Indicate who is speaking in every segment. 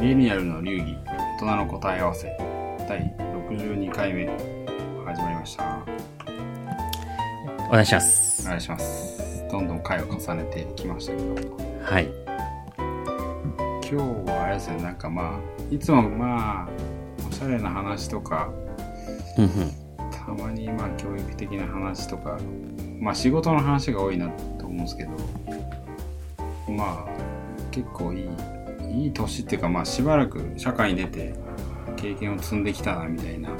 Speaker 1: ミレニアルの流儀大人の答え合わせ第62回目始まりました
Speaker 2: お願いしま
Speaker 1: お
Speaker 2: す。
Speaker 1: 願いしますどんどん回を重ねてきましたけど
Speaker 2: はい。
Speaker 1: 今日はあれですねなんかまあいつもまあおしゃれな話とか
Speaker 2: うんうん
Speaker 1: たまにまあ教育的な話とかまあ仕事の話が多いなと思うんですけどまあ結構いいいい年っていうかまあしばらく社会に出て経験を積んできたなみたいな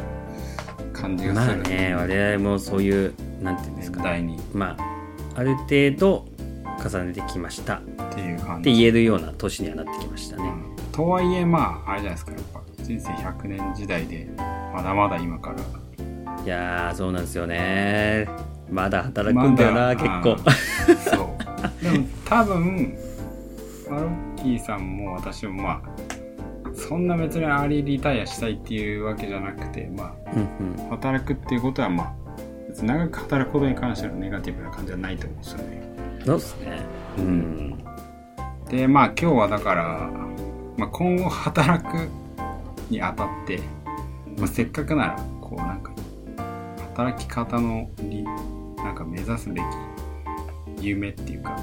Speaker 1: 感じが
Speaker 2: ますあ
Speaker 1: る、
Speaker 2: ね、我々もそういう、なんていうんです
Speaker 1: 年
Speaker 2: か、ね、
Speaker 1: 代にっ
Speaker 2: まあ、ある程度重ねてきましたって
Speaker 1: いう感じ
Speaker 2: て言えるような年にはなってきましたね。
Speaker 1: うんとはいえまああれじゃないですかやっぱ人生100年時代でまだまだ今から
Speaker 2: いやー、そうなんですよね。まだ働くんだよな、結構。
Speaker 1: 結構そうでも多分マロッキーさんも私もまあそんな別にアーリーリタイアしたいっていうわけじゃなくてま
Speaker 2: うんうん
Speaker 1: あ働くっていうことはまあ別に長く働くことに関してのネガティブな感じはないと思うんですよね
Speaker 2: そうっすね。うん。
Speaker 1: でまあ今日はだから、まあ、今後働くにあたって、まあ、せっかくならこうなんか働き方のりなんか目指すべき夢っていうか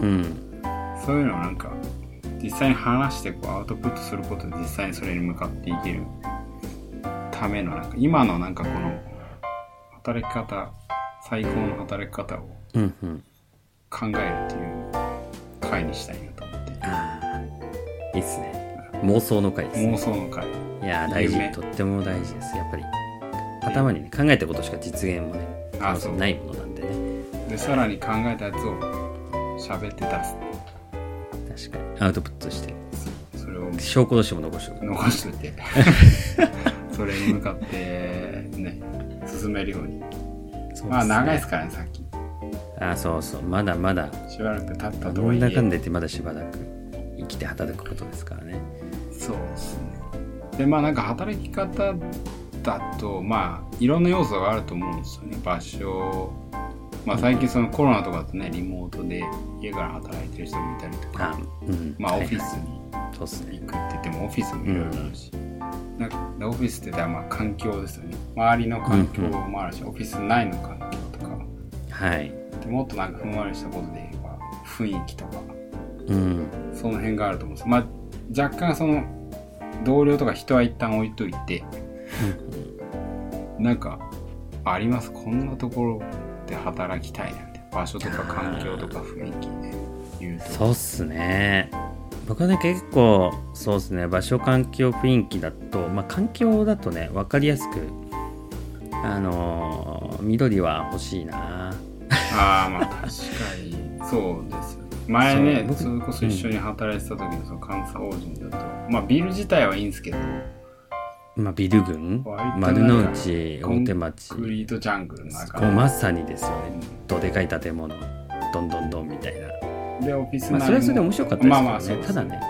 Speaker 2: うん。
Speaker 1: そういうのをなんか実際に話してこうアウトプットすることで実際にそれに向かっていけるためのなんか今のなんかこの働き方最高の働き方を
Speaker 2: うんうん。
Speaker 1: 考えるっていう回にしたいなと思って
Speaker 2: あーいいっすね。妄想の回ですね
Speaker 1: 妄。想の回
Speaker 2: いやー、大
Speaker 1: 夢
Speaker 2: 事。とっても大事です。やっぱり。頭にね、考えたことしか実現もね、
Speaker 1: あそう
Speaker 2: ないものなんでね。
Speaker 1: でさらに考えたやつを喋って出す
Speaker 2: 確かにアウトプットして
Speaker 1: それを
Speaker 2: 証拠としても残しておく
Speaker 1: 残し といてそれに向かってね進めるようにまあ長いです
Speaker 2: か
Speaker 1: からねさっき
Speaker 2: あそうそうまだまだ
Speaker 1: しばらく経った
Speaker 2: な
Speaker 1: とはい
Speaker 2: んだか
Speaker 1: え
Speaker 2: んだ言ってまだしばらく生きて働くことですからね
Speaker 1: そうですねでまあなんか働き方だとまあいろんな要素があると思うんですよね場所まあ最近そのコロナとかだとねリモートで家から働いてる人もいたりと
Speaker 2: あ
Speaker 1: か
Speaker 2: うん
Speaker 1: まあオフィ
Speaker 2: はいは
Speaker 1: スに
Speaker 2: いそうっすね
Speaker 1: 行くって言ってもオフィスもいろいろあるし、なんかでオフィスって言ったらまあ環境ですよね周りの環境もあるし、オフィス内の環境とか
Speaker 2: はい
Speaker 1: でもっとなんかふんわりしたことで言えば雰囲気とか
Speaker 2: うん
Speaker 1: その辺があると思うんですまあ若干その同僚とか人は一旦置いといてなんかありますこんなところで働きたいなみたいな場所とか環境とか雰囲気で言うと
Speaker 2: そうっすね僕はね結構そうっすね場所環境雰囲気だとまあ環境だとね分かりやすくあのー緑は欲しいな
Speaker 1: ああまあ確かにそうですよね前ね
Speaker 2: そう
Speaker 1: それこそ一緒に働いてた時のその監査法人だと、まあビル自体はいいんですけど
Speaker 2: まあビル群
Speaker 1: 割と
Speaker 2: 丸の内
Speaker 1: コン
Speaker 2: 大手町
Speaker 1: クリートジャングルの中
Speaker 2: こうまさにですよねどでかい建物どんどんどんみたいな、
Speaker 1: でオフィス
Speaker 2: まあ、それはそれで面白かったですけどね、
Speaker 1: まあまあそうです
Speaker 2: ただね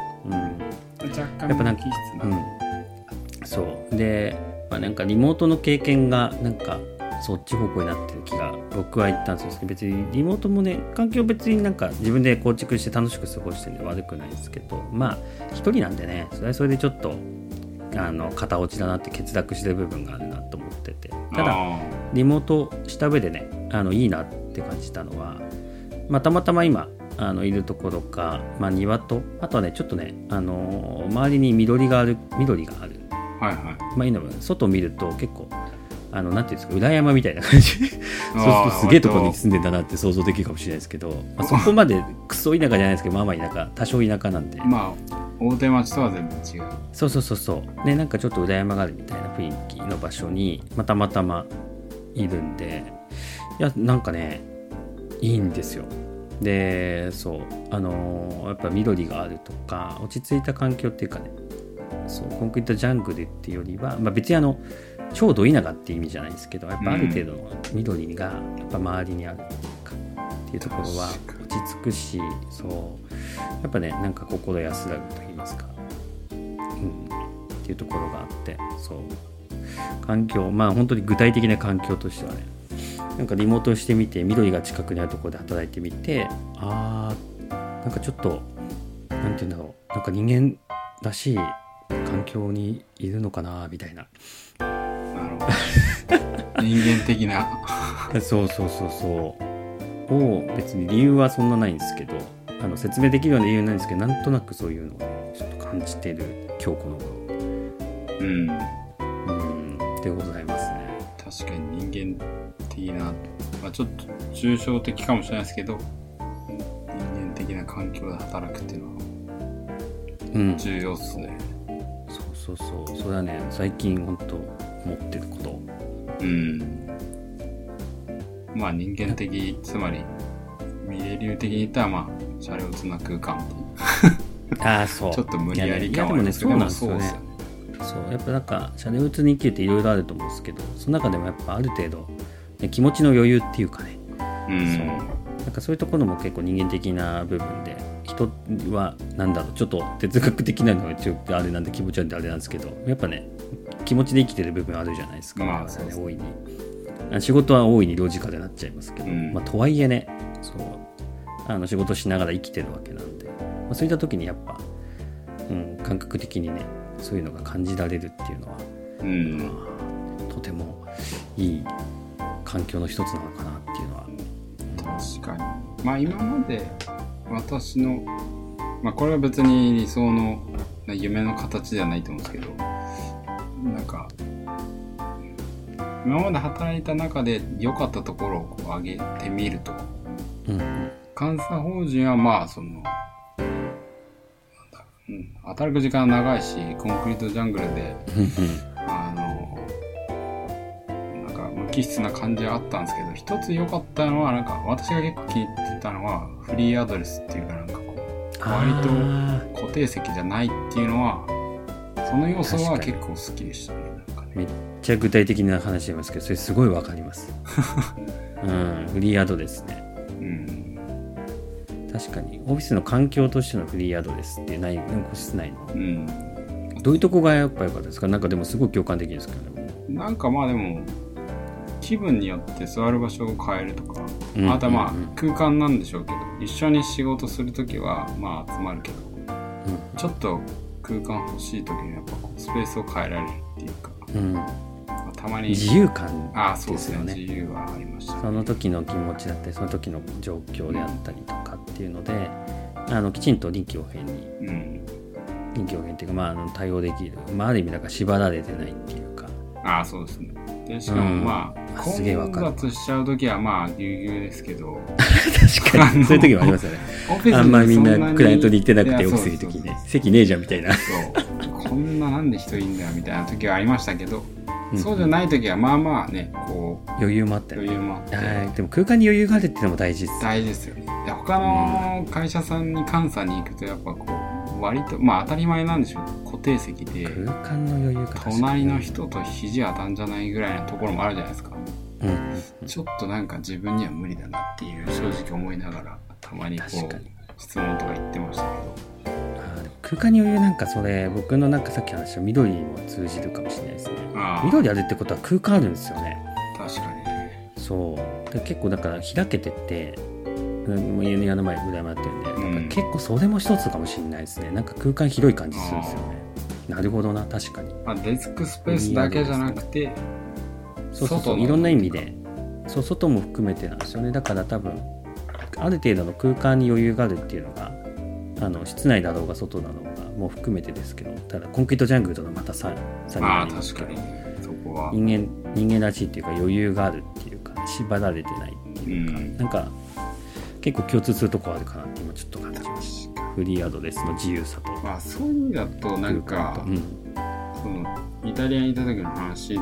Speaker 1: 若干
Speaker 2: やっぱなん
Speaker 1: 無機
Speaker 2: か
Speaker 1: 質
Speaker 2: う、
Speaker 1: なん
Speaker 2: うん、そうで、まあ、なんかリモートの経験がなんかそっち方向になってる気が僕は言ったんですけど別にリモートもね環境別になんか自分で構築して楽しく過ごしてるんで悪くないですけどまあ一人なんでねそれはそれでちょっとあの片落ちだなって欠落してる部分があるなと思っててただ
Speaker 1: あ
Speaker 2: リモートした上でねあのいいなって感じたのは、まあ、たまたま今あのいるところか、まあ、庭とあとはねちょっとね、あのー周りに緑がある緑がある、
Speaker 1: ーはいはい
Speaker 2: まあ、いいのも外を見ると結構あのなんていうんですか裏山みたいな感じ そうする
Speaker 1: あ
Speaker 2: と
Speaker 1: ー
Speaker 2: すげえところに住んでんだなって想像できるかもしれないですけど、まあ、そこまでクソ田舎じゃないですけどまあまあ田舎多少田舎なんで
Speaker 1: まあ大手町とは全然違 う
Speaker 2: そうそうそうそうねなんかちょっと裏山があるみたいな雰囲気の場所にまたまたまいるんでいやなんかねいいんですよでそうあのーやっぱ緑があるとか落ち着いた環境っていうかねそうコンクリートジャングルっていうよりは、まあ、別にあの超ど田舎っていう意味じゃないですけどやっぱある程度の緑がやっぱ周りにあるっていうかっていうところは
Speaker 1: 確
Speaker 2: 落ち着くしそうやっぱねなんか心安らぐと言いますかうん、っていうところがあってそう環境まあ本当に具体的な環境としてはねなんかリモートしてみて緑が近くにあるところで働いてみてあーなんかちょっとなんて言うんだろうなんか人間らしい環境にいるのかなみたいな
Speaker 1: なるほど人間的な
Speaker 2: そうそうそうそうを別に理由はそんなないんですけどあの説明できるような理由ないんですけどなんとなくそういうのをねちょっと感じてる今日この頃
Speaker 1: うん
Speaker 2: うんでございますね
Speaker 1: 確かに人間的な、まあ、ちょっと抽象的かもしれないですけど人間的な環境で働くっていうのは
Speaker 2: うんそう
Speaker 1: 重要っすね
Speaker 2: そうそうそれはね最近本当思ってる こと
Speaker 1: うんまあ人間的つまりミレ流的に言ったらまあ車両つな空間っていう
Speaker 2: ああそう
Speaker 1: ちょっと無理やり
Speaker 2: いや,、
Speaker 1: 感
Speaker 2: ね、いやで
Speaker 1: はあ
Speaker 2: も
Speaker 1: り
Speaker 2: ね
Speaker 1: ますけ
Speaker 2: そ
Speaker 1: ど
Speaker 2: うなんですよ
Speaker 1: でも
Speaker 2: ねそうやっぱなんか車両つに生きるっていろいろあると思うんですけどその中でもやっぱある程度、ね、気持ちの余裕っていうかね
Speaker 1: すよね
Speaker 2: なんかそういうところも結構人間的な部分で人はなんだろうちょっと哲学的なのはちょっとあれなんで気持ち悪いんであれなんですけどやっぱね気持ちで生きてる部分あるじゃないですか、
Speaker 1: まあ
Speaker 2: そ
Speaker 1: そう
Speaker 2: れ
Speaker 1: で
Speaker 2: ね
Speaker 1: すね
Speaker 2: 大いにあ仕事は大いにロジカルになっちゃいますけど、
Speaker 1: うん
Speaker 2: まあ、とはいえねそうあの仕事しながら生きてるわけなんで、まあ、そういった時にやっぱ、うん、感覚的にねそういうのが感じられるっていうのは
Speaker 1: うん、うん、
Speaker 2: とてもいい環境の一つなのかなっていうのは
Speaker 1: 確かにまあ今まで私のまあこれは別に理想の夢の形ではないと思うんですけどなんか今まで働いた中で良かったところをこう上げてみると
Speaker 2: うんうん
Speaker 1: 監査法人はまあそのなんだうん働く時間は長いしコンクリートジャングルであのなんか無機質な感じはあったんですけど一つ良かったのはなんか私が結構気に入ってたのはフリーアドレスっていうかなんかこ割と
Speaker 2: あ
Speaker 1: う固定席じゃないっていうのはその要素は結
Speaker 2: 確かに
Speaker 1: 構好きでしたねなんか
Speaker 2: ーめ
Speaker 1: ね
Speaker 2: っちゃ具体的な話しますけどそれすごいわかりますうんフリーアドレスね
Speaker 1: うん
Speaker 2: 確かにオフィスの環境としてのフリーアドレスってないなんか個室内の
Speaker 1: うん
Speaker 2: どういうとこがやっぱ良かったですかなんかでもすごい共感できるんですけどね
Speaker 1: なんかまあでも気分によって座る場所を変えるとか、
Speaker 2: うん
Speaker 1: あとはま
Speaker 2: うんう
Speaker 1: あ
Speaker 2: ん
Speaker 1: 空間なんでしょうけど一緒に仕事するときはまあ集まるけどちょっと空間欲しいときにやっぱこうスペースを変えられるっていうか、
Speaker 2: うん、うん、
Speaker 1: まあたまに
Speaker 2: 自由感
Speaker 1: ああそう
Speaker 2: で
Speaker 1: ですす
Speaker 2: よ
Speaker 1: ね
Speaker 2: ね
Speaker 1: 自由はありました
Speaker 2: その時の気持ちだったりその時の状況であったりとかっていうのであのきちんと臨機応変に
Speaker 1: うん
Speaker 2: 臨機応変っていうか、まあ、あの対応できる、まあ、ある意味だから縛られてないっていうか
Speaker 1: ああそうですねでしかもまあ、
Speaker 2: うんすげえわ
Speaker 1: 混
Speaker 2: かる
Speaker 1: 雑しちゃうときはまあぎゅうぎゅうです けどオ
Speaker 2: 確か にそういう時もありますよね
Speaker 1: フィスに
Speaker 2: あんまりみんな
Speaker 1: そに
Speaker 2: クライアントに行ってなく
Speaker 1: い
Speaker 2: て
Speaker 1: や
Speaker 2: オフィスいる時
Speaker 1: そう
Speaker 2: ね席ねえじゃんみたいな
Speaker 1: そう そうこんななんで人いんだよみたいな時はありましたけど、
Speaker 2: うん
Speaker 1: そうじゃない時はまあまあねこう
Speaker 2: 余裕もあったよ
Speaker 1: 余
Speaker 2: ね
Speaker 1: 裕もあって
Speaker 2: はいでも空間に余裕があるっていうのも大事です
Speaker 1: 大事ですよねで他の会社さんに監査に行くとやっぱこう割とまあ当たり前なんでしょう固定席で
Speaker 2: 空間の余裕が確かに
Speaker 1: 隣の人と肘当たんじゃないぐらいのところもあるじゃないですか
Speaker 2: うん
Speaker 1: ちょっとなんか自分には無理だなっていう正直思いながらたまにこ
Speaker 2: 確かに
Speaker 1: う質問とか言ってましたけど
Speaker 2: あーでも空間に余裕なんかそれ僕のなんかさっき話した緑にも通じるかもしれないですね
Speaker 1: ああ
Speaker 2: 緑あるってことは空間あるんですよね
Speaker 1: 確かにね
Speaker 2: そうで結構だから開けてってうんもう家の前ぐらいもやってるんで、
Speaker 1: うん
Speaker 2: なんか結構それも一つかもしれないですねなんか空間広い感じするんですよねなるほどな確かに
Speaker 1: まあデスクスペースだけじゃなくて
Speaker 2: そうそうそう
Speaker 1: 外の
Speaker 2: いろんな意味でそう外も含めてなんですよねだから多分ある程度の空間に余裕があるっていうのがあの室内だろうが外だろうがもう含めてですけどただコンクリートジャングルとのまたさ差に
Speaker 1: ま
Speaker 2: な
Speaker 1: あ
Speaker 2: ります
Speaker 1: 確
Speaker 2: け
Speaker 1: か
Speaker 2: ど
Speaker 1: にねそこは
Speaker 2: 人間人間らしいっていうか余裕があるっていうか縛られてないっていうか、
Speaker 1: うん
Speaker 2: なんか結構共通するとこあるかなって今ちょっと感じましたフリーアドレスの自由さと
Speaker 1: まあそういう意味だとなんか
Speaker 2: 空間とうん
Speaker 1: そのイタリアにいた時の話と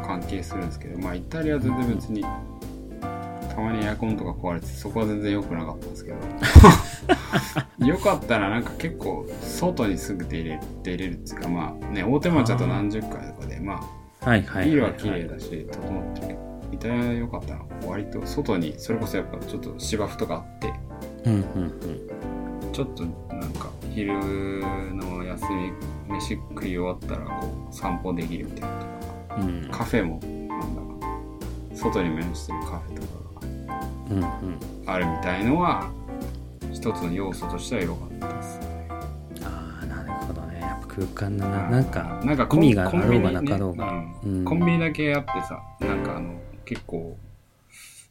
Speaker 1: 関係するんですけど、まあ、イタリアは全然別にたまにエアコンとか壊れてそこは全然良くなかったんですけどよかったらなんか結構外にすぐ出れ出れるっていうかまあね大手町だと何十回とかでま
Speaker 2: はいは
Speaker 1: あ
Speaker 2: い
Speaker 1: ビ
Speaker 2: い
Speaker 1: ル
Speaker 2: は
Speaker 1: はい綺麗だし整ってるけどイタリアは良かったのは割と外にそれこそやっぱちょっと芝生とかあって
Speaker 2: うんうん
Speaker 1: ちょっとなんか昼の休み飯食い終わったらこう散歩できるみたいなとか。
Speaker 2: うんうん
Speaker 1: カフェもなんだろう外に面してるカフェとか
Speaker 2: うんうん
Speaker 1: があるみたいのは一つの要素としては良かったですね
Speaker 2: ああなるほどねやっぱ空間だ
Speaker 1: あ
Speaker 2: な
Speaker 1: ー
Speaker 2: なんか
Speaker 1: なんか
Speaker 2: 意
Speaker 1: コン
Speaker 2: 味があ
Speaker 1: コン
Speaker 2: ろ
Speaker 1: ビ
Speaker 2: う
Speaker 1: ニ
Speaker 2: が
Speaker 1: ね
Speaker 2: なかろうが、
Speaker 1: うん
Speaker 2: うん
Speaker 1: コンビニだけあってさなんかあの結構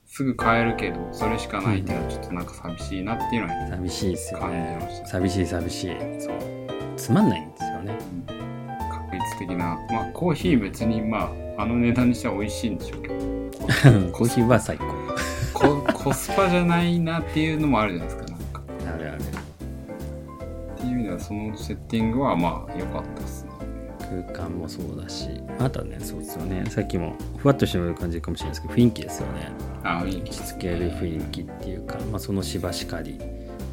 Speaker 1: すぐ買えるけどそれしかないっていうのはちょっとなんか寂しいなっていうのは
Speaker 2: 寂しいですよ
Speaker 1: 感じまし
Speaker 2: ね
Speaker 1: た
Speaker 2: 寂しい寂しいそうつまんないんですよね
Speaker 1: 確率的なまあコーヒー別にまああの値段にしては美味しいんでしょうけど
Speaker 2: コーヒーは最高
Speaker 1: ココスパじゃないなっていうのもあるじゃないですかなんか
Speaker 2: あるある
Speaker 1: っていう意味ではそのセッティングはまあ良かったですね
Speaker 2: 空間もそうだしあとはねそうですよねさっきもふわっとしてる感じかもしれないですけど雰囲気ですよね
Speaker 1: あ雰囲
Speaker 2: 落
Speaker 1: 気
Speaker 2: ち着ける雰囲気っていうか、まあ、その芝しかり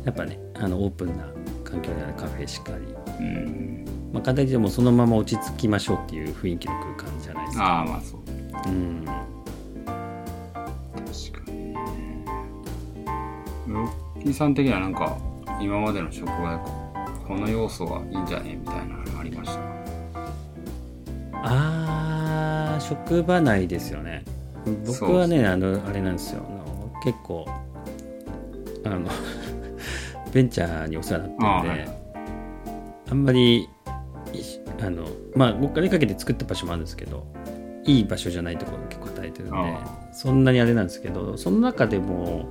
Speaker 2: やっぱねあのオープンな環境であるカフェしかり、
Speaker 1: うん
Speaker 2: まあ、簡単にでもそのまま落ち着きましょうっていう雰囲気の空間じゃないですか
Speaker 1: ああまあそう
Speaker 2: うん
Speaker 1: 確かにロッキーさん的にはなんか今までの職場でこの要素はいいんじゃねみたいなのありました
Speaker 2: あー職場内ですよね僕はねあのあれなんですよあの結構あの ベンチャーにお世話になってるんであ,、んまりいあのまあお金かけて作った場所もあるんですけどいい場所じゃないところ結構与えてるんで
Speaker 1: あ
Speaker 2: そんなにあれなんですけどその中でも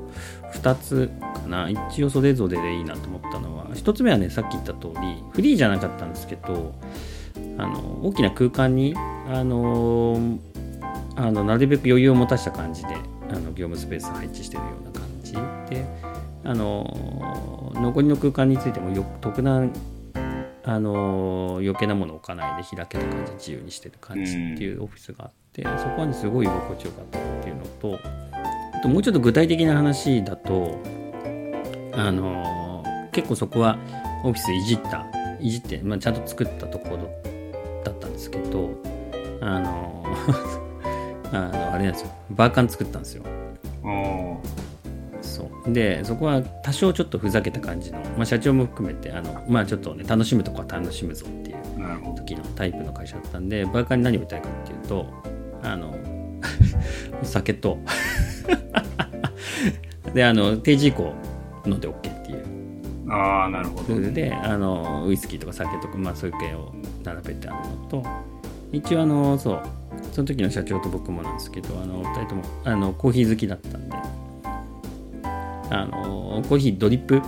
Speaker 2: 2つかな一応それぞれでいいなと思ったのは1つ目はねさっき言った通りフリーじゃなかったんですけどあの大きな空間にあのーあのなるべく余裕を持たせた感じであの業務スペースを配置してるような感じであのー残りの空間についてもよ特段あのー余計なものを置かないで開けた感じ自由にしてる感じっていうオフィスがあって、そこにすごい居心地よかったっていうのとあともうちょっと具体的な話だとあのー結構そこはオフィスいじったいじって、まあ、ちゃんと作ったところだったんですけどあのーあのあれなんですよバーカン作ったんですよ
Speaker 1: あー
Speaker 2: そうでそこは多少ちょっとふざけた感じの、まあ、社長も含めてあの、まあ、ちょっとね楽しむとこは楽しむぞっていう
Speaker 1: なるほど
Speaker 2: 時のタイプの会社だったんでバーカーに何を売りたいかっていうとあの お酒と であの定時以降飲んで OK っていう
Speaker 1: ああなるほど
Speaker 2: ルールであのウイスキーとか酒とか、まあ、そういう系を並べてあるのと一応あのそうその時の社長と僕もなんですけどあの2人ともあのコーヒー好きだったんであのコーヒードリップ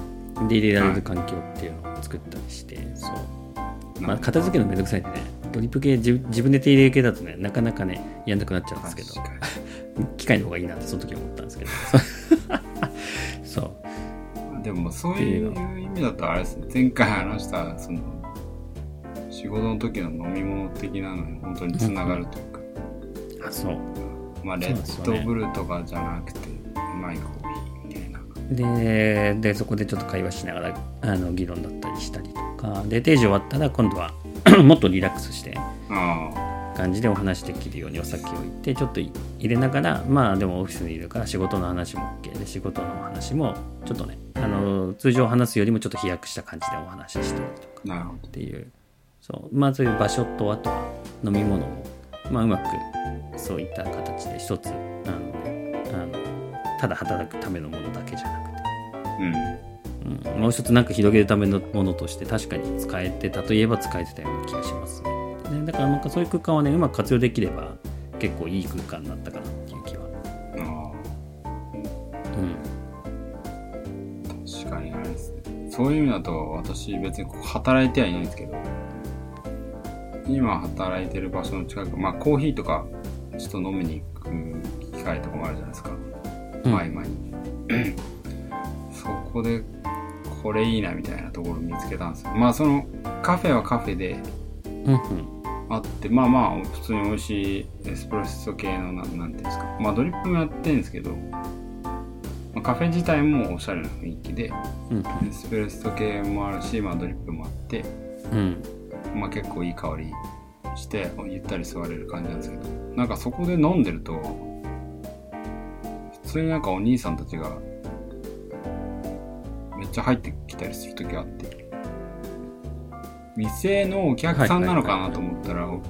Speaker 2: で入れられる環境っていうのを作ったりして、そう、まあ、片付けのめんどくさいんでねドリップ系自自分で手入れる系だとねなかなかねやんなくなっちゃうんですけど
Speaker 1: 確かに
Speaker 2: 機械の方がいいなってその時思ったんですけどそう
Speaker 1: でもそういう意味だとあれですね前回話したその仕事の時の飲み物的なのに本当につながるというか、
Speaker 2: あそう
Speaker 1: まあレッドブルとかじゃなくてうまいコーヒーみたいな
Speaker 2: ででそこでちょっと会話しながらあの議論だったりしたりとかで定時終わったら今度は もっとリラックスして
Speaker 1: あ
Speaker 2: 感じでお話できるようにお酒を置いてちょっと入れながらまあでもオフィスにいるから仕事の話も OK で仕事のお話もちょっとねあの通常話すよりもちょっと飛躍した感じでお話ししたりとか
Speaker 1: あなるほど
Speaker 2: っていうそうまあそういう場所とあとは飲み物も、まあ、うまくそういった形で一つあの、ね、あのただ働くためのものだけじゃなくて。
Speaker 1: うん
Speaker 2: うん、もう一つなんか広げるためのものとして確かに使えてたといえば使えてたような気がしますねねだからなんかそういう空間はねうまく活用できれば結構いい空間になったかなっていう気は、
Speaker 1: あ
Speaker 2: うん、
Speaker 1: あ確かにあれですねそういう意味だと私別にここ働いてはいないんですけど今働いてる場所の近くまあコーヒーとかちょっと飲みに行く機会とかもあるじゃないですか
Speaker 2: うん
Speaker 1: 前々に、 そこでこれいいなみたいなところ見つけたんですよまあそのカフェはカフェで
Speaker 2: うんうん
Speaker 1: あってまあまあ普通に美味しいエスプレッソ系のなんなんていうんですかまあドリップもやってるんですけど、まあ、カフェ自体もおしゃれな雰囲気で
Speaker 2: うん
Speaker 1: エスプレッソ系もあるし、まあ、ドリップもあって、
Speaker 2: うん
Speaker 1: まあ、結構いい香りしてゆったり座れる感じなんですけどなんかそこで飲んでると普通になんかお兄さんたちがめっちゃ入ってきたりする時があって店のお客さんなのかなと思ったらこ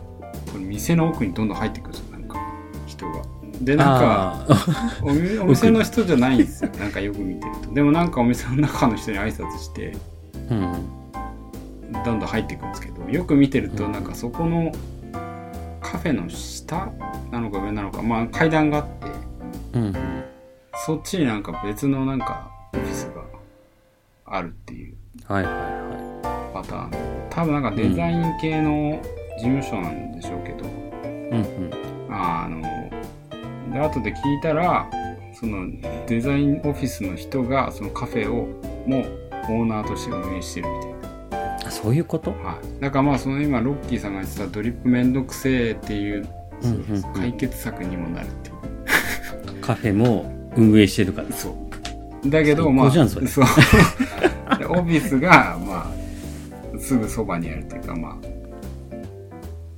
Speaker 1: れ店の奥にどんどん入ってくるんですよなんか人が。でなんか
Speaker 2: あー
Speaker 1: おみお店の人じゃないん ですよなんかよく見てるとでもなんかお店の中の人に挨拶して
Speaker 2: うん
Speaker 1: どどんどん入っていくんですけどよく見てると
Speaker 2: うん
Speaker 1: なんかそこのカフェの下なのか上なのかまあ階段があって
Speaker 2: うん
Speaker 1: そっちになんか別のなんかオフィスがあるっていう
Speaker 2: はいはいは
Speaker 1: パターン多分なんかデザイン系の事務所なんでしょうけど、
Speaker 2: いうんうん
Speaker 1: あので後で聞いたらそのデザインオフィスの人がそのカフェをもうオーナーとして運営してるみたいな、
Speaker 2: あそういうこと
Speaker 1: はい、だからまあその今ロッキーさんが言ってたドリップめんどくせえっていう
Speaker 2: うんうんうん
Speaker 1: 解決策にもなるっていう、
Speaker 2: カフェも運営してるから
Speaker 1: そうだけど
Speaker 2: 最高
Speaker 1: まあ
Speaker 2: じゃん
Speaker 1: そ
Speaker 2: そうれ
Speaker 1: でオフィスがまあすぐそばにあるっていうかまあ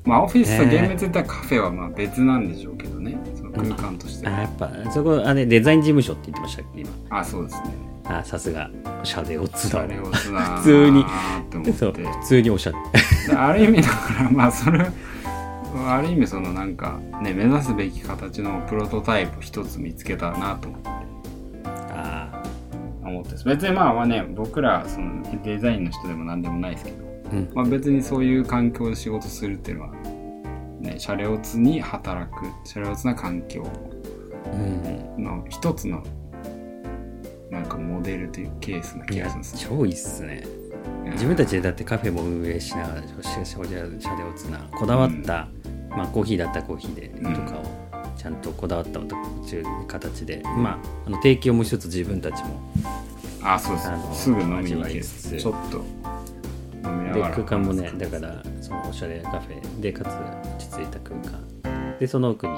Speaker 1: まあオフィスと厳密に言ったらカフェはまあ別なんでしょうけどねその空間として
Speaker 2: あ
Speaker 1: は、
Speaker 2: やっぱそこあれデザイン事務所って言ってましたっけ今
Speaker 1: あそうですね
Speaker 2: あさすが社でおつだ
Speaker 1: そ
Speaker 2: ね
Speaker 1: れをすな
Speaker 2: 普通に
Speaker 1: と思
Speaker 2: そう
Speaker 1: って
Speaker 2: 普通におっしゃって
Speaker 1: ある意味だからまあそれある意味そのなんかね目指すべき形のプロトタイプ一つ見つけたなと
Speaker 2: あ
Speaker 1: 思ってます別にまあまあね僕らそのデザインの人でも何でもないですけど、
Speaker 2: うん
Speaker 1: まあ、別にそういう環境で仕事するっていうのはねシャレオツに働くシャレオツな環境
Speaker 2: あうん
Speaker 1: の一つのなんかモデルというケースない気が
Speaker 2: や
Speaker 1: しますね
Speaker 2: 超いいっすね自分たちでだってカフェも運営しながらししこちらシャレオツなこだわった、まあ、コーヒーだったらコーヒーで
Speaker 1: ん
Speaker 2: とかをちゃんとこだわった形で、まあ、あの提供も一つ自分たちも
Speaker 1: あそう
Speaker 2: あの
Speaker 1: ですすぐ飲みに行ける
Speaker 2: 味わいつつ
Speaker 1: ちょっと飲みな
Speaker 2: で
Speaker 1: がら
Speaker 2: 空間もねだからそのおしゃれカフェでかつ落ち着いた空間でその奥に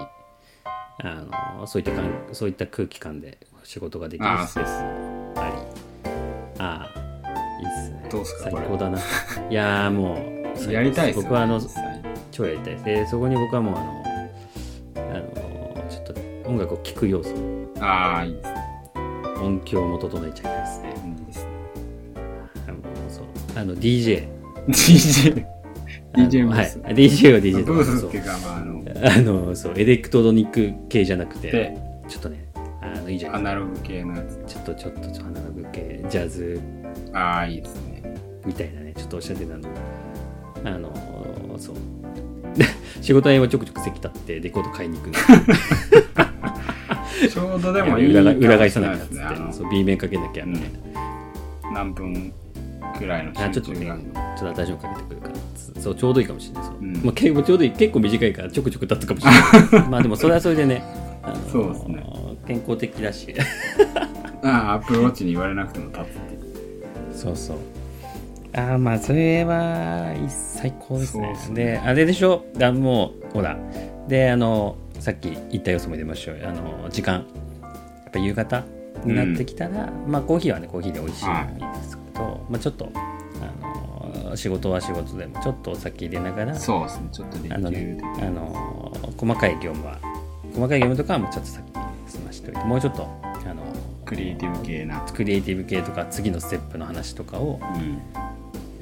Speaker 2: あのそういったかんそういった空気感で仕事ができる
Speaker 1: あ
Speaker 2: スペースもありああいいっすね
Speaker 1: どうっすか
Speaker 2: 最
Speaker 1: これ
Speaker 2: 高だ ないやーもう最高です
Speaker 1: やりたいですよ、ね、
Speaker 2: 僕はあの
Speaker 1: 実際
Speaker 2: 超やりたいですでそこに僕はもうあのあのちょっと音楽を聴く要素
Speaker 1: ああいいですね
Speaker 2: 音響も整えちゃいたいですね
Speaker 1: いいですね
Speaker 2: あのそうあの DJ
Speaker 1: DJ
Speaker 2: あの
Speaker 1: DJ ブ
Speaker 2: は
Speaker 1: ー
Speaker 2: い
Speaker 1: ス、
Speaker 2: DJ は DJ
Speaker 1: ブース
Speaker 2: そ
Speaker 1: っ
Speaker 2: う
Speaker 1: ていうかまああの
Speaker 2: あのそうエレクトロニック系じゃなくて
Speaker 1: で
Speaker 2: ちょっとねあのいいじゃ
Speaker 1: ア
Speaker 2: ない
Speaker 1: ナログ系のやつ
Speaker 2: ちょっとちょっとちょっとアナログ系ジャズ
Speaker 1: ああいいです ね
Speaker 2: みたいなねちょっとおっしゃってたのあのそう 仕事合はちょくちょく席立ってレコード買いに行くんで
Speaker 1: ちょうど でもいい
Speaker 2: 裏が裏返
Speaker 1: し
Speaker 2: さなきゃっつ
Speaker 1: ね
Speaker 2: っ
Speaker 1: あの
Speaker 2: てそう B 面かけなきゃみたいな
Speaker 1: 何分くらいの
Speaker 2: あち
Speaker 1: 集
Speaker 2: ょっ
Speaker 1: 中
Speaker 2: とね、ち
Speaker 1: が
Speaker 2: ょっと私もかけてくるから、つそうちょうどいいかもしれない。そう
Speaker 1: うん
Speaker 2: まあ、結構ちょうどいい、結構短いから、ちょくちょく経ったかもし れない。まあでも、それはそれでね、あの
Speaker 1: そうですね
Speaker 2: 健康的だし、
Speaker 1: ああアップローチに言われなくても立つっていう
Speaker 2: そうそう。ああ、まあ、それはいい最高ですね。
Speaker 1: そうですね
Speaker 2: で、あれでしょ、だもう、ほら、で、あの、さっき言った要素も出ましょうよあの、時間、やっぱ夕方になってきたら、まあ、コーヒーはね、コーヒーで美味しいんですけど、まあ、ちょっと、あの仕事は仕事でもちょっとお酒入れながら
Speaker 1: そうですねちょっとでき
Speaker 2: あの
Speaker 1: る
Speaker 2: ね、あのー細かい業務は、細かい業務とかはもうちょっと先に済ましておいて、もうちょっと、あの
Speaker 1: クリエイティブ系な
Speaker 2: ークリエイティブ系とか次のステップの話とかを
Speaker 1: うん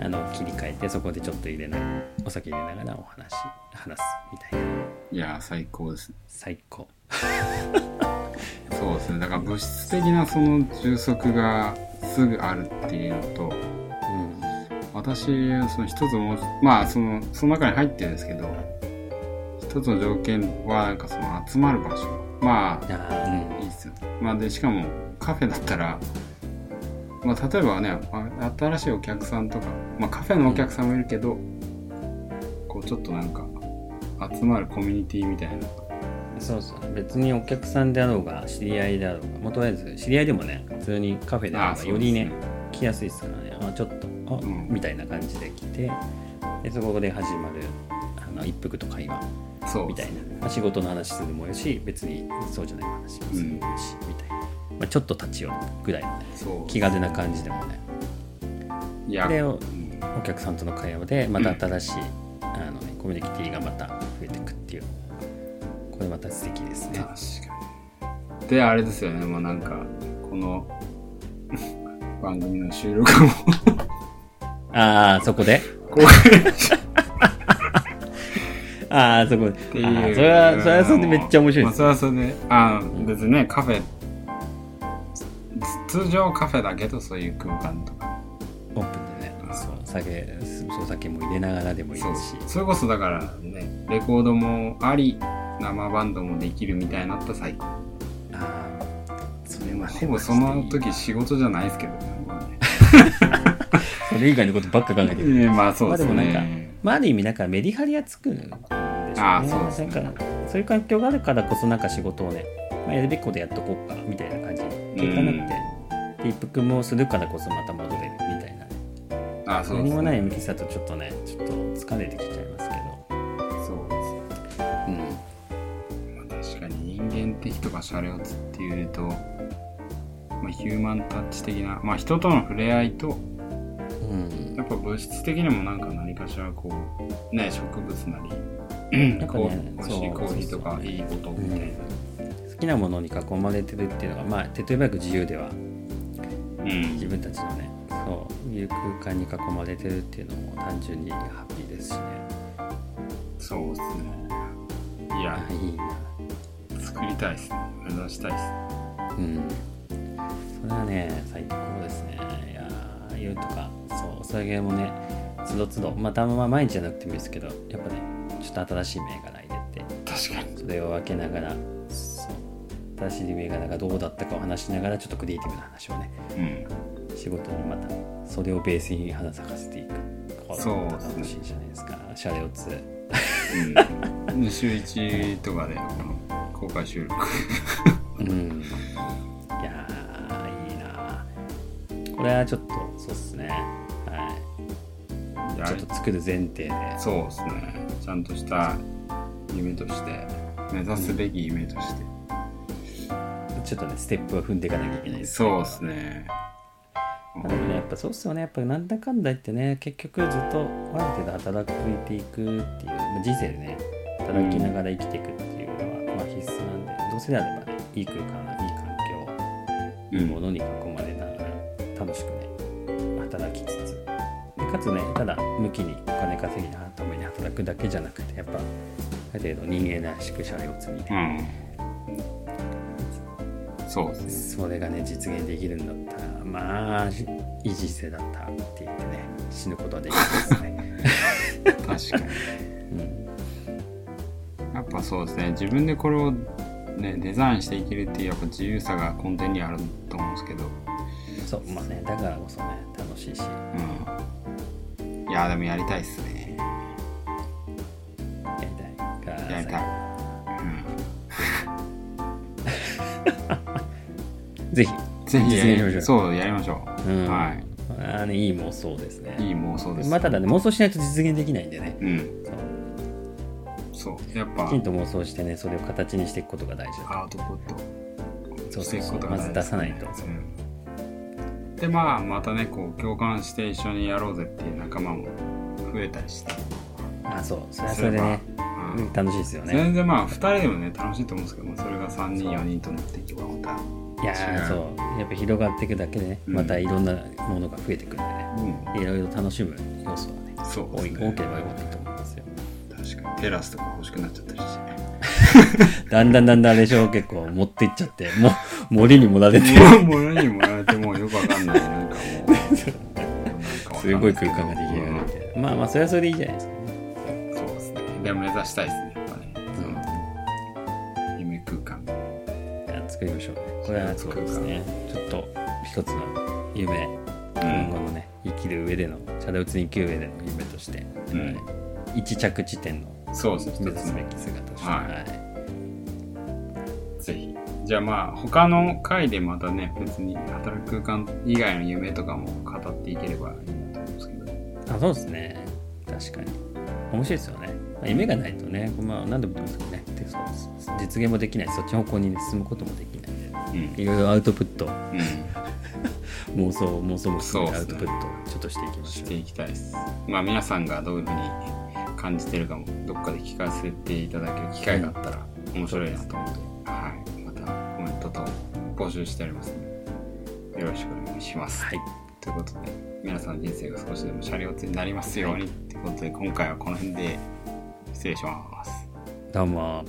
Speaker 2: あの切り替えてそこでちょっと入れないお酒入れながらお話話すみたいない
Speaker 1: やー最高ですね
Speaker 2: 最高
Speaker 1: そうですねだから物質的なその充足がすぐあるっていうのと
Speaker 2: うん
Speaker 1: 私その一つもまあそのその中に入ってるんですけど一つの条件はなんかその集まる場所ま
Speaker 2: あー
Speaker 1: あいいっすよまあでしかもカフェだったらまあ例えばねあ新しいお客さんとかまあカフェのお客さんもいるけどこうちょっとなんか集まるコミュニティみたいな
Speaker 2: うんそうそう別にお客さんであろうが知り合いであろうがもうとりあえず知り合いでもね普通にカフェで
Speaker 1: あ
Speaker 2: あろう
Speaker 1: そ
Speaker 2: が
Speaker 1: う
Speaker 2: よりね
Speaker 1: です
Speaker 2: 来やすいですからねあちょっとあ、
Speaker 1: ん
Speaker 2: みたいな感じで来てでそこで始まるあの一服と会話
Speaker 1: そう
Speaker 2: みたいな、まあ、仕事の話するのもよし別にそうじゃない話もするのもよし、みたいな、まあ、ちょっと立ち寄るぐらいのね
Speaker 1: そう
Speaker 2: 気軽な感じでもね
Speaker 1: いや
Speaker 2: で
Speaker 1: う
Speaker 2: お
Speaker 1: ん
Speaker 2: お客さんとの会話でまた新しい、あのね、コミュニティがまた増えていくっていうこれまた素敵ですね
Speaker 1: 確かにであれですよねもうなんかこの 番組の収録も
Speaker 2: ああそこで
Speaker 1: 公開
Speaker 2: ああそこで
Speaker 1: ってい
Speaker 2: あ
Speaker 1: う
Speaker 2: ーそれはそれはそれでめっちゃ面白い
Speaker 1: ま
Speaker 2: で
Speaker 1: あ
Speaker 2: す
Speaker 1: それはそれであの別にねカフェつ通常カフェだけどそういう空間とか
Speaker 2: オープンでねそう酒するお酒も入れながらでもいい
Speaker 1: そう
Speaker 2: ですし
Speaker 1: それこそだからねレコードもあり生バンドもできるみたいになった最高
Speaker 2: ああそれはね
Speaker 1: ほぼその時仕事じゃないですけどねまあね
Speaker 2: それ以外のことばっか考えてる
Speaker 1: ええ まあそうです
Speaker 2: まあでもな
Speaker 1: ね
Speaker 2: まあ、ある意味なんかメリハリはつくんでしょうね
Speaker 1: あーそうですね
Speaker 2: なんかそういう環境があるからこそなんか仕事をね、まあ、やるべきことやっとこうかみたいな感じでいかなくて、で一服もするからこそまた戻れるみたいな、ね、
Speaker 1: あそうで
Speaker 2: 何
Speaker 1: す
Speaker 2: も
Speaker 1: ね
Speaker 2: ない無理さとちょっとねちょっと疲れてきちゃいますけど、
Speaker 1: そうですねまあ確かに人間的とかシャレオツっていうと、まあ、ヒューマンタッチ的な、まあ、人との触れ合いと
Speaker 2: うん
Speaker 1: やっぱ物質的にもなんか何かしらこうね植物なり、
Speaker 2: なんか
Speaker 1: こ
Speaker 2: ね
Speaker 1: う美味しい
Speaker 2: そう
Speaker 1: コーヒーと
Speaker 2: そう
Speaker 1: か
Speaker 2: そう
Speaker 1: いい音みたい
Speaker 2: 好きなものに囲まれてるっていうのがまあ手っ取り早く自由では
Speaker 1: な、うん
Speaker 2: 自分たちのねそういう空間に囲まれてるっていうのも単純にハッピーですしね
Speaker 1: そうですねい
Speaker 2: あ
Speaker 1: や
Speaker 2: いいな
Speaker 1: 作りたいですね目指したいですね
Speaker 2: うんそれはね最高ですねいやー夜とかそうお酒もねつどつどまたまあ毎日じゃなくてもいいですけどやっぱねちょっと新しい銘柄入れて
Speaker 1: 確かに
Speaker 2: それを分けながらそう新しい銘柄がどうだったかを話しながらちょっとクリエイティブな話をね
Speaker 1: うん
Speaker 2: 仕事にまたそれをベースに花咲かせていくこれ
Speaker 1: そう
Speaker 2: ま
Speaker 1: ですね
Speaker 2: た楽しいじゃないですかシャレオツ
Speaker 1: うん、週1とかでこの公開収録
Speaker 2: うんいやーいいなこれはちょっとそうっすねはい
Speaker 1: や
Speaker 2: ちょっと作る前提で
Speaker 1: そうですねちゃんとした夢として目指すべき夢として、
Speaker 2: ちょっとねステップを踏んでいかなきゃいけないですけど
Speaker 1: そうですね
Speaker 2: まあでもねやっぱそうっすよねやっぱなんだかんだ言ってね結局ずっとある程度働いていくっていう、まあ人生でね働きながら生きていくっていうのは、まあ、必須なんでどうせであればねいい空間いい環境いいものに囲まれながら楽しくね働きつつでかつねただ向きにお金稼ぎのために働くだけじゃなくてやっぱある程度人間らしくシャレを積み
Speaker 1: うんそうですね
Speaker 2: それがね実現できるんだったらまあしいい人生だったって言ってね死ぬことはできないですね、
Speaker 1: 確かに
Speaker 2: うん、
Speaker 1: やっぱそうですね自分でこれを、ね、デザインしていけるっていうやっぱ自由さが根底にあると思うんですけど、
Speaker 2: そうまあねだからこそね楽しいしや
Speaker 1: うん、いやでもやりたいっすね
Speaker 2: りたいから
Speaker 1: やりたい、
Speaker 2: ぜひ
Speaker 1: うん、ぜひ
Speaker 2: 実現しましょう
Speaker 1: そうやりましょう、
Speaker 2: うん
Speaker 1: はい
Speaker 2: あ、ね、いい妄想ですね
Speaker 1: いい妄想です
Speaker 2: まあただね妄想しないと実現できないんでね
Speaker 1: うん
Speaker 2: そう
Speaker 1: そうやっ
Speaker 2: き
Speaker 1: ぱ
Speaker 2: ちんと妄想してねそれを形にしていくことが大事だ
Speaker 1: アウトプッ
Speaker 2: そ
Speaker 1: ト
Speaker 2: う
Speaker 1: してい
Speaker 2: そ
Speaker 1: うく
Speaker 2: そ
Speaker 1: こ
Speaker 2: う
Speaker 1: と
Speaker 2: ま
Speaker 1: が
Speaker 2: ず
Speaker 1: 大事で
Speaker 2: 出
Speaker 1: す
Speaker 2: さ
Speaker 1: ね
Speaker 2: ないと、
Speaker 1: うんでまあまたねこう共感して一緒にやろうぜっていう仲間も増えたりして、
Speaker 2: あそうそれはそれでね
Speaker 1: うん
Speaker 2: うん楽しいですよね
Speaker 1: 全然まあ2人でもね楽しいと思うんですけどもそれが3人4人となっていけばまた、
Speaker 2: いやー
Speaker 1: 違う
Speaker 2: そうやっぱ広がっていくだけでね
Speaker 1: うん
Speaker 2: またいろんなものが増えてくるんでね、
Speaker 1: うん、
Speaker 2: いろいろ楽しむ要素はね、
Speaker 1: そう
Speaker 2: 多
Speaker 1: です
Speaker 2: い
Speaker 1: ね
Speaker 2: 多ければ多いほどいいと思いますよ。
Speaker 1: 確かにテラスとか欲しくなっちゃったり してね
Speaker 2: だんだんだんだんでしょ、結構持っていっちゃって、 もう森に盛られて、
Speaker 1: もうもらにもられてもうよくわかんないなんかもうなんかわかんなです
Speaker 2: ごい空間が出来上がるみたいな。まあまあ、それはそれでいいじゃないですかね。
Speaker 1: うんそうですねでも目指したいですねやっぱね、その夢空間
Speaker 2: じゃあ作りましょう。これはそうですね。ちょっと一つの夢、今後のね、生きる上での、シャドウツに生きる上での夢として、
Speaker 1: うん
Speaker 2: はい一着地点の
Speaker 1: そうですね
Speaker 2: 目
Speaker 1: 一
Speaker 2: 指
Speaker 1: つ
Speaker 2: すべ
Speaker 1: 目
Speaker 2: き姿として、
Speaker 1: は
Speaker 2: はいい
Speaker 1: ぜひじゃあまあ他の回でまたね別に働く空間以外の夢とかも語っていければいいなと思うんですけど
Speaker 2: あ、そうですね。確かに。面白いですよね。まあ夢がないとね、まあ、何度も言ってますけどね、でそう実現もできない、そっちの方向に進むこともできないんで。
Speaker 1: うん
Speaker 2: いろいろアウトプット
Speaker 1: うん
Speaker 2: 妄想妄想も含めてア
Speaker 1: そう
Speaker 2: ウ
Speaker 1: です
Speaker 2: ト
Speaker 1: ね
Speaker 2: プットをちょっとしていきまし
Speaker 1: し
Speaker 2: ょう
Speaker 1: ていきたいです。まあ皆さんがどういうふうに感じてるかもどっかで聞かせていただける機会があったら面白いなと思って、はい、またコメントと募集しておりますのでよろしくお願いします。
Speaker 2: はい
Speaker 1: ということで皆さんの人生が少しでも車両になりますようにということで今回はこの辺で失礼します。
Speaker 2: どうも。